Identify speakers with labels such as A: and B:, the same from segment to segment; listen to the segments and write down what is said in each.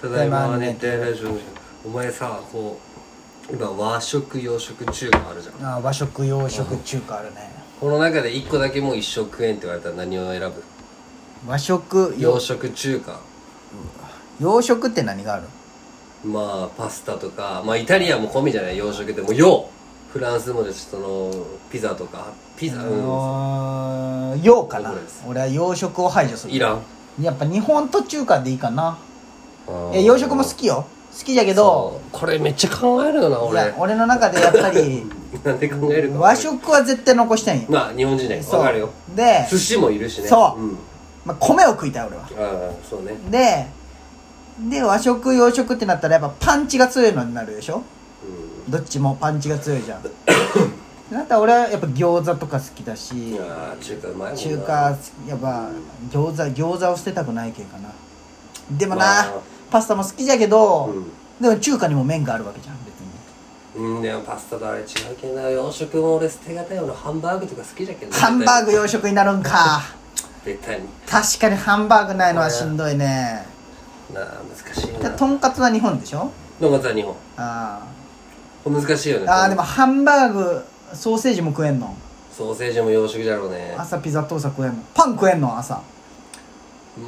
A: ただいま熱帯ラジオお前さこう今和食洋食中華あるじゃん
B: あー和食洋食中華あるね
A: この中で1個だけもう一生食えんって言われたら何を選ぶ
B: 和食洋
A: 洋食中華
B: 洋食って何がある
A: まあパスタとかまあイタリアンも込みじゃない洋食でも洋フランスもですそのピザとかピザうん
B: うーん洋かな
A: そうです
B: 俺は洋食を排除する
A: いらん
B: やっぱ日本と中華でいいかなえ洋食も好きよ好きだけど
A: これめっちゃ考えるよない
B: や
A: 俺
B: 俺の中でやっ ぱり
A: なんで考えるか
B: 和食は絶対残したいんよ
A: まあ日本人ねわかるよ
B: で、
A: 寿司もいるしね
B: そう
A: うん
B: まあ、米を食いたい俺は
A: ああそうね
B: でで和食洋食ってなったらやっぱパンチが強いのになるでしょ
A: う
B: どっちもパンチが強いじゃん だったら俺はやっぱ餃子とか好きだし
A: んいやー中華うまいもんな
B: 中華やっぱ餃子餃子を捨てたくない系かなでもな、
A: まあ
B: パスタも好きじゃけど、
A: うん
B: でも中華にも麺があるわけじゃん別に
A: うんでもパスタとあれ違うけどな洋食も俺捨てがたいよなハンバーグとか好きじゃけど
B: ハンバーグ洋食になるん か
A: 絶対に
B: 確かにハンバーグないのはしんどいね
A: なあ難しい
B: で
A: な
B: とんかつは日本でしょ
A: のまずは日本
B: あ
A: これ難しいよね
B: ーあーでもハンバーグソーセージも食えんの
A: ソーセージも洋食じゃろうね
B: 朝ピザトースト食えんのパン食えんの朝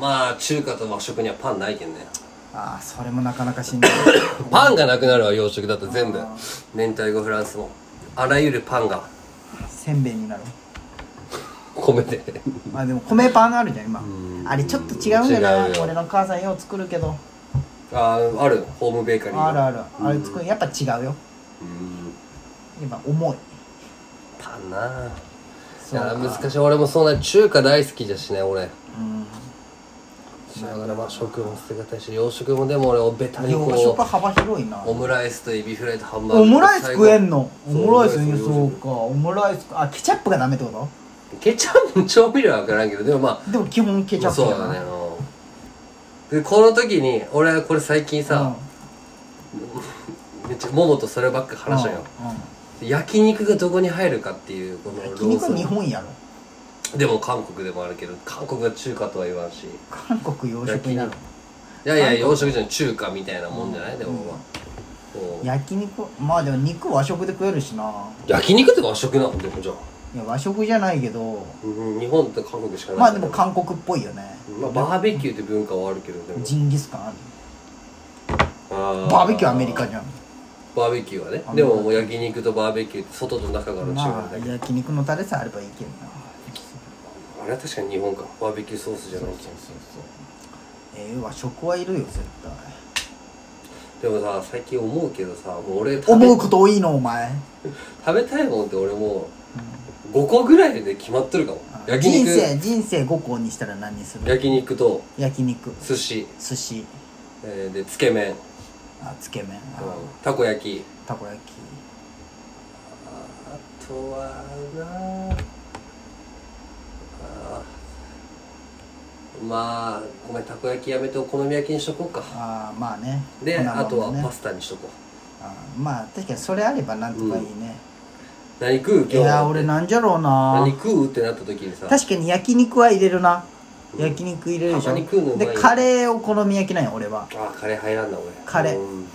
A: まあ中華と和食にはパンないけんね
B: ああそれもなかな かしんどい
A: パンがなくなるわ洋食だと全部明太子フランスもあらゆるパンが
B: せんべいになる
A: 米 で
B: まあでも米パンあるじゃん今
A: ん
B: あれちょっと違う
A: 違う
B: んだよな
A: よ
B: 俺の母さんよう作るけど
A: あああるホームベーカリーが
B: あるあるあれ作るやっぱ違うよ
A: うん
B: やっぱ重い
A: パンなあい
B: そう
A: や
B: か
A: 難しい俺もそんな中華大好きじゃしね俺
B: うん
A: だからまあ食も捨てがたいし洋食もでも俺おベタに
B: 洋食
A: こ
B: 幅広いな
A: うオムライスとエビフライとハンバーグ
B: オムライス食えんのオ
A: そう
B: ムライス
A: オム
B: ね
A: ライス
B: そうかオムライスあケチャップがダメってこ
A: ケチャップ調味料は分からんけどでもまあ
B: とでも基本ケチャップ
A: そう
B: じゃ
A: だ
B: な
A: ね
B: い
A: うんでこの時に俺これ最近さ、
B: う
A: めっちゃモモとそればっか
B: ん
A: 話したよ、
B: うん
A: 焼肉がどこに入るかっていうこの
B: 焼肉は日
A: ソ
B: 本やろ
A: ンでも韓国でもあるけど韓国は中華とは言わんし
B: 韓国洋食になる
A: いやいや洋食じゃん中華みたいなもんじゃない、でもまあこう
B: 焼肉まあでも肉和食で食えるしな
A: 焼肉とか和食なのでもじゃあ、
B: いや和食じゃないけど
A: うん、日本と韓国しかない
B: まあでも韓国っぽいよね
A: まあ、バーベキューって文化はあるけどでも
B: ジンギスカンある
A: あ
B: バーベキューアメリカじゃん
A: バーベキューはね
B: あ
A: でももう焼肉とバーベキューって外と中からの違い
B: ま
A: だ
B: あ
A: けど、
B: 焼肉のタレさえあればいいけどな
A: あ、れは確かに日本かバーベキューソースじゃないけど
B: ええ和食はいるよ絶対
A: でもさ最近思うけどさもう俺食べ
B: 思うこと多いのお前
A: 食べたいもんって俺もう5個ぐらいで決まっとるかも焼
B: 人
A: 肉
B: 生人生5個にしたら何にする
A: 焼肉と
B: 焼肉
A: 寿司、
B: 寿司
A: えーでつけ麺、うん
B: あつけ麺あ
A: たこ焼き
B: たこ焼き
A: あとはなあーまあごめんたこ焼きやめてお好み焼きにしとこうか
B: ああまあね
A: で、
B: 粉もんね
A: あとはパスタにしとこう
B: あーまあ確かにそれあればなんとかいいね、
A: 何食う今
B: い
A: 日
B: やー俺なんじゃろうな
A: 何食うってなった時にさ
B: 確かに焼肉は入れるな焼肉入れるでしたょ
A: まに食うのうまいよ
B: でカレーお好み焼きなんや俺は
A: あカレー入らんな俺
B: カレー
A: うん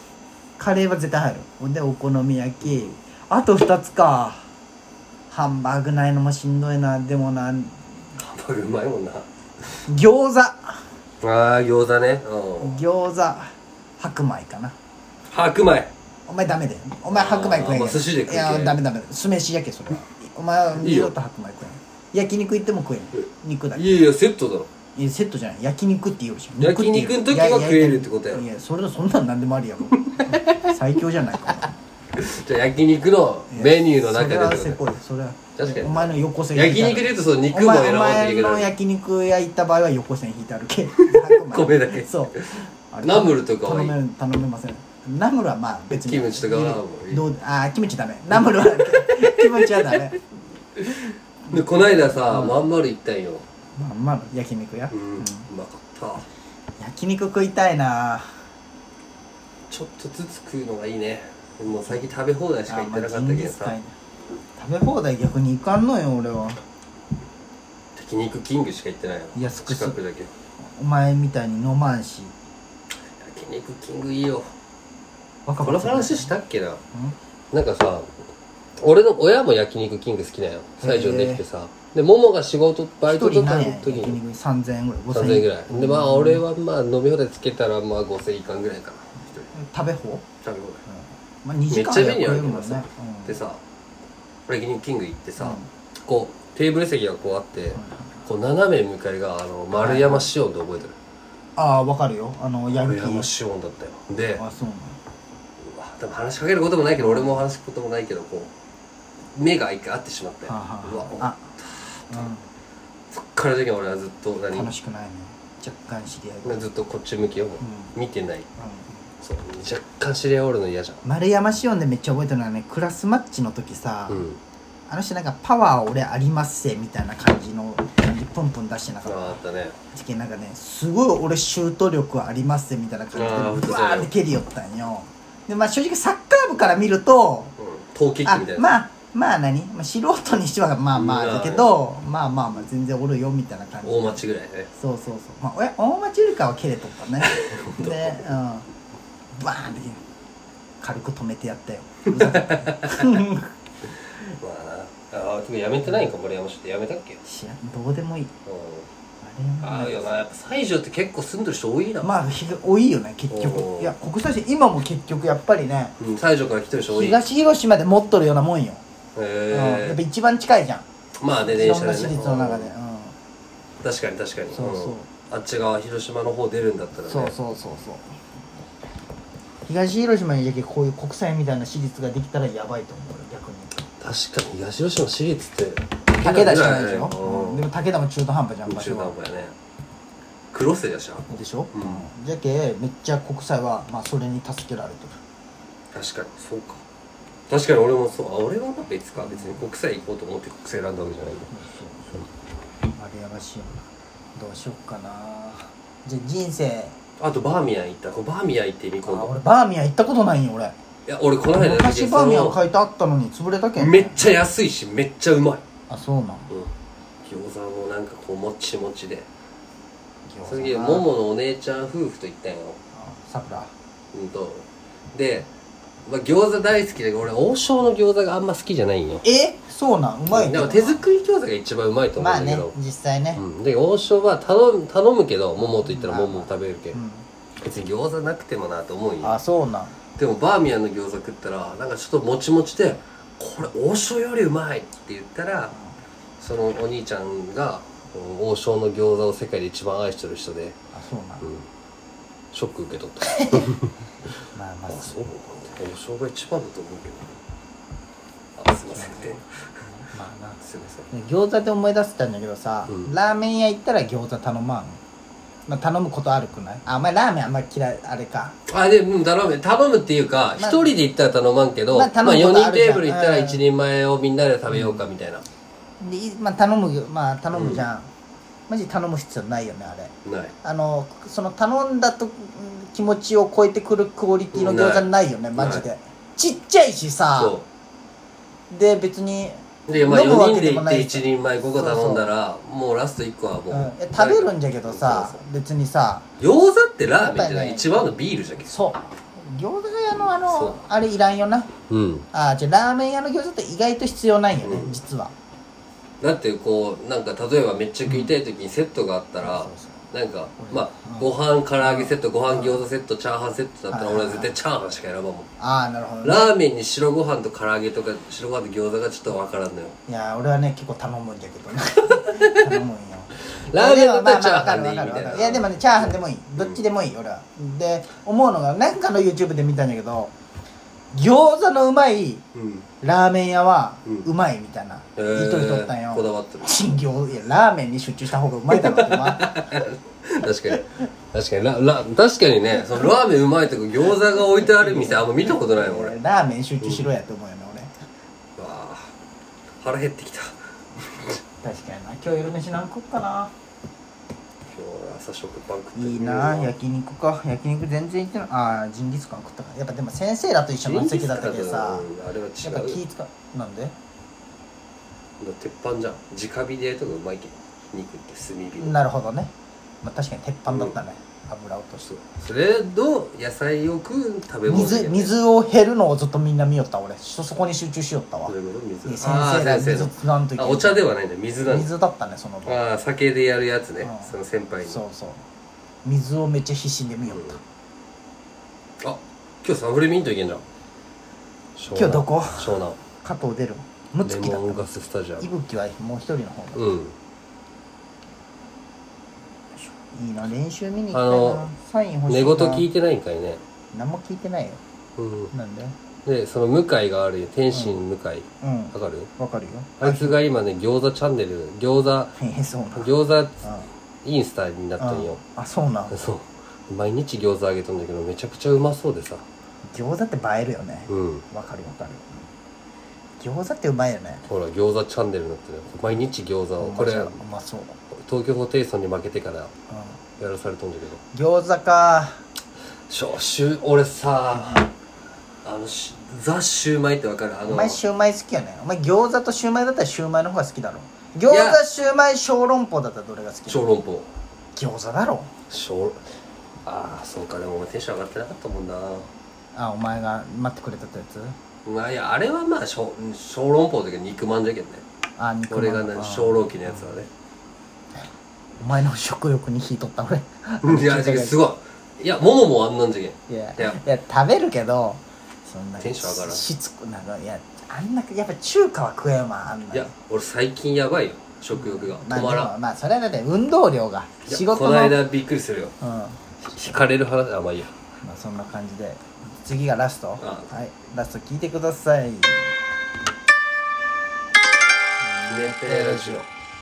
B: カレーは絶対入るほんでお好み焼きあと2つかハンバーグないのもしんどいなでもな
A: ハンバーグうまいもんな
B: 餃子
A: あー餃子ねうん
B: 餃子白米かな
A: 白米
B: お前ダメだよお前白米食え
A: あー
B: ん
A: ま
B: や
A: あ寿司で食う
B: い
A: け
B: やダメダメ酢飯やけそれはお前は二度と白米食えん焼肉行っても食えん肉だけ
A: いやいやセットだろ
B: いやセットじゃない焼肉って言うでしょ
A: 焼肉の時は食えるってことやろ
B: いやいやそれはそんなん何でもあり やろ最強じゃないか
A: じゃあ焼肉の
B: いや
A: メニューの中で
B: それは
A: ってこと
B: せこいそれは
A: 確かに
B: お前の横線
A: 焼肉で
B: で
A: 言うとその
B: お
A: 肉も
B: 前
A: 選ば
B: お
A: ないとい
B: 前
A: け
B: の
A: ない
B: 焼肉屋行った場合は横線引いてあるけ
A: 米だけ
B: そうあれ
A: ナムルとかはいい
B: 頼め頼めませんナムルはまあ別に
A: キムチとかはもういい
B: どうあーキムチダメナムルは キムチはダメ
A: でこないださまんまる行ったんよ
B: まあまあ焼肉屋、
A: うん
B: う
A: うんまかった
B: 焼肉食いたいな
A: ちょっとずつ食うのがいいねもう最近食べ放題しか行ってなか
B: あ
A: っ
B: ま
A: たけ
B: あジンギ
A: ど
B: スカン
A: さ
B: や食べ放題逆に行かんのよ俺は
A: 焼肉キングしか行ってないよ
B: いや少し
A: 近くだけ
B: お前みたいに飲まんし
A: 焼ねクッキングいいよ
B: 若
A: この話したっけな
B: うん
A: なんかさ俺の親も焼肉キング好きなんよ最初にできてさでももが仕事バイ
B: 一
A: トと
B: 人
A: か
B: 何
A: の
B: 円焼
A: 時
B: 肉
A: に
B: に3000円ぐらい
A: 3000円ぐらいでまあ俺
B: は
A: はまあ飲み放題つけたらまあ5000いかんぐらいかな一人
B: 食べ放
A: 食べ放
B: まあ2時間
A: めっちゃメニューあ
B: は
A: るけ
B: も
A: ど
B: ん
A: さ
B: ね
A: 題でさ焼肉キング行って
B: うん
A: さこうテーブル席がこうあって
B: はいはい
A: こう斜め向かいがあの丸山紫音って覚えてる
B: ああ分かるよあのヤン
A: 丸
B: キ
A: 山
B: ー
A: 紫音だったよで
B: あそうな
A: うわでも話しかけることもないけど俺も話すこともないけどこう目が一回合ってしまって
B: のはあ
A: う
B: は
A: わ
B: ああ、
A: そっからだけ俺はずっと
B: うん、
A: 何
B: 楽しくないね若干知り合いが、うんうん、
A: ずっとこっち向きを見てないそう若干知り合いおるの嫌じゃ
B: 丸山紫音でめっちゃ覚えてるのはねクラスマッチの時さ、
A: んうん
B: あの人なんかパワー俺ありますせみたいな感じの感じポンポン出してな
A: あ
B: かっ
A: ああ
B: た
A: ったね
B: 時期なんかねすごい俺シュート力ありますせみたいな感じで
A: あー
B: うわーって蹴り寄ったんよでまあ正直サッカー部から見ると
A: 陶器機
B: あ
A: みたいな
B: まあまあ何、まあ、素人にしてはまあまあだけどまあまあまあ全然おるよみたいな感じ
A: 大町ぐらいね
B: そうそうそうまあおや大町よりかは蹴れ とったねで、うん、バーンって軽く止めてやったようざかったね
A: まあなああ君やめてないんか丸山市ってやめたっけうん
B: 知らんどうでもいいあ
A: ああ
B: れ
A: いや
B: は
A: なやっぱ西条って結構住んでる人多いな
B: まあひ多いよね結
A: お
B: 局
A: ー
B: いや国際線今も結局やっぱりね
A: うん西条から来てる人多いへ
B: 東広島で持っとるようなもんよ、うん、や
A: え
B: っぱ一番近いじゃん
A: まあね
B: い
A: 電
B: ろ
A: 車
B: ん
A: でね
B: な私立の中で、う
A: う
B: ん
A: ん、確かに確かに
B: そうそう、
A: んあっち側広島の方出るんだったらね
B: そうそうそうそう東広島にだけこういう国際みたいな私立ができたらやばいと思うよ逆に
A: 確かに東広島市立って
B: 武田しかないでしょ、
A: うん
B: でも武田も中途半端じゃん場
A: 中
B: 所
A: 途半
B: は
A: 端やねクロスやしな
B: でしょ、
A: うん
B: うんじゃけめっちゃ国際は、まあ、それに助けられて
A: 確かにそうか確かに俺もそうあ俺はまあ別か別に国際行こうと思って国際選んだわけじゃないんだ
B: るあれやばしいよなどうしよっかなじゃあ人生
A: あとバーミヤン行ったこうバーミヤン行ってみ
B: あ
A: 今
B: 俺
A: 度
B: バーミヤン行ったことないんよ俺
A: いや俺この間だけ
B: 昔バーミヤン書いてあったのに潰れたけ
A: その
B: ん
A: めっちゃ安いしめっちゃうまい、
B: あそうなん
A: うん、餃子もなんかこうもちもちで
B: 餃子
A: その時
B: な
A: もものお姉ちゃん夫婦と行ったんよ
B: あさくら
A: うんとで、まあ、餃子大好きだけど俺王将の餃子があんま好きじゃないんよ
B: えそうなんうまいけ
A: で
B: ど
A: も
B: な
A: 手作り餃子が一番うまいと思う
B: まあ
A: んだけ
B: ね
A: ど、
B: 実際ね
A: うん、で王将は頼む頼むけど桃と言ったら桃も食べるけ、
B: うんん、
A: 別に餃子なくてもなと思うんよ
B: あそうなん
A: でもバーミヤンの餃子食ったらなんかちょっともちもちで「これ王将よりうまい!」って言ったらそのお兄ちゃんがうん王将の餃子を世界で一番愛してる人で、
B: あそうなん
A: うん、ショック受け取った
B: まあまあ
A: あそうなんだ王将が一番だと思うけどあすいませんね
B: まあな
A: すいません
B: 餃子で思い出したんだけどさ、
A: うん
B: ラーメン屋行ったら餃子頼まん、まあ、頼むことあるくないあお前ラーメンあんま嫌いあれか
A: あでも頼む頼むっていうか一、
B: まあ
A: 人で行ったら頼まんけど、
B: ま
A: ま
B: あ
A: あ、
B: 頼むこと
A: 4人
B: あるじ
A: テ
B: ゃん
A: ーブル行ったら
B: うん
A: 一人前をみんなで食べようかみたいな、
B: で、いまあ、頼むよまあ頼むじゃん、マジ頼む必要ないよねあれ
A: ない
B: あのその頼んだと気持ちを超えてくるクオリティの餃子ないよね
A: ない
B: マジでちっちゃいしさ
A: そ
B: で別に、
A: うでまあ
B: 飲むわ
A: 4
B: け
A: 人
B: で
A: で
B: も
A: 行っ
B: ない
A: て一人前5個頼んだらもうラスト1個はもう、
B: うん、え食べるんじゃけどさ
A: そう
B: 別にさ
A: そう餃子ってラーメンじゃ
B: やっぱ
A: な
B: り
A: い
B: ね
A: 一番のビールじゃけ
B: そう餃子屋のあ
A: そう
B: のあれいらんよな
A: うん
B: あじゃあラーメン屋の餃子って意外と必要ないよね、
A: うん
B: 実は
A: だってこうなんか例えばめっちゃ食いたい時にセットがあったら、
B: そうそう
A: なんかまあ
B: うん
A: ご飯唐揚げセットご飯餃子セットチャーハンセットだったら
B: はいは
A: 俺
B: い
A: は
B: はい
A: 絶対チャーハンしか選ばんもん
B: ああなるほどね
A: ラーメンに白ご飯と唐揚げとか白ご飯と餃子がちょっとわからんのよ
B: いや俺はね結構頼むんだけ どね頼むんよ
A: ラーメンだったら
B: いや
A: チャー
B: まあま
A: ハ
B: あ
A: ンでいいみ
B: わか
A: た
B: るわかるわ
A: い
B: か
A: な
B: るいやでもねチャーハンでもいいどっちでもいい、俺はで思うのがなんかの YouTube で見たんだけど餃子のうまい
A: うん
B: ラーメン屋は
A: うん
B: うまいみたいな、
A: え
B: 言っとる人おったんよ、
A: ーこだわってる
B: 餃子いやラーメンに集中した方がうまいだろうっ てまあ
A: 確かに確かにララ確かにねそのラーメンうまいとこ餃子が置いてある店あんま見たことないもん俺わ
B: ラーメン集中しろやと思うよね俺
A: あ腹減ってきた
B: 確かにな今日夜飯何食っかな
A: 今日俺朝食パン食って
B: いいな
A: うん
B: 焼肉か焼肉全然行ってないああジンギスカン食ったからやっぱでも先生らと一緒の席だったけどさ
A: ジンギスカンうんあれは違
B: やっぱ
A: う
B: 気使うなんで
A: 鉄板じゃん直火でやるとかうまいけど肉って炭火の
B: なるほどね、まあ、確かに鉄板だったね、油落として
A: それと野菜を食う食べ物だ
B: 水
A: よね
B: 水を減るのをずっとみんな見よった俺そそこに集中しよったわ
A: どういうこと
B: いや
A: 水
B: 先生が
A: あー
B: 水
A: の
B: なんといけ
A: あ
B: ない
A: お茶ではないんだ水なんだ
B: 水だったねその分
A: ああ酒でやるやつね
B: うん
A: その先輩に
B: そうそう水をめっちゃ必死で見よっ
A: あ今日サンフレミントいけんじゃん今
B: 今日どこ
A: 湘南
B: た加藤出るムツキ
A: レ
B: だ
A: モン
B: っ
A: ガススタジア
B: た伊
A: ム
B: 吹はもう一人の方が
A: うん
B: いいな練習見に行き
A: あ
B: たいな
A: の
B: サイン欲しい
A: 寝言
B: な
A: 聞いてないんかいね
B: 何も聞いてないよ
A: うん
B: なんで
A: でその向井があるよ天心向井
B: うん
A: わかる
B: わかるよ
A: あいつが今ね餃子チャンネル餃子
B: へえそうなん
A: 餃子
B: あ
A: インスタになったんよ
B: あそうなん
A: そう毎日餃子あげとんだけどめちゃくちゃうまそうでさ
B: 餃子って映えるよね
A: うん
B: わかるわかる餃子ってうまいよね
A: ほら餃子チャンネルになってる毎日餃子をこれ
B: うまそう、うん、
A: 東京ホテイソンに負けてからやらされとんだけど
B: 餃子か
A: そうシュ俺さあのしザ・シューマイってわかるあ
B: お
A: の
B: 前シューマイ好きやねお前餃子とシューマイだったらシューマイの方が好きだろ餃
A: いや
B: 子シューマイ小籠包だったらどれが好き
A: 小籠包
B: 餃子だろ
A: 小ああそうかでも俺テンション上がってなかったもんな
B: あお前が待ってくれてたやつ
A: まあいやあれはまあ小小籠包だけど肉まんじゃけんね
B: あ肉まん
A: 俺がね
B: あ
A: 小籠包のやつはね
B: お前の食欲に引いとった俺
A: い やじゃけんすごいいやもももあんなんじゃけん
B: いやい
A: いや
B: や食べるけどそんな
A: テンション上がらん
B: しつこなんかいやあんなやっぱ中華は食えんわあんない
A: や俺最近やばいよ食欲が
B: まあ
A: 止
B: で
A: まらん
B: もまあそれはだって運動量が
A: いや
B: 仕事
A: こ
B: の
A: の
B: うん
A: 間びっくりするよ
B: ま
A: 引かれる話あまあいいや
B: あそんな感じで次がラスト
A: あ
B: はいラスト聞いてください
A: 寝てラジオ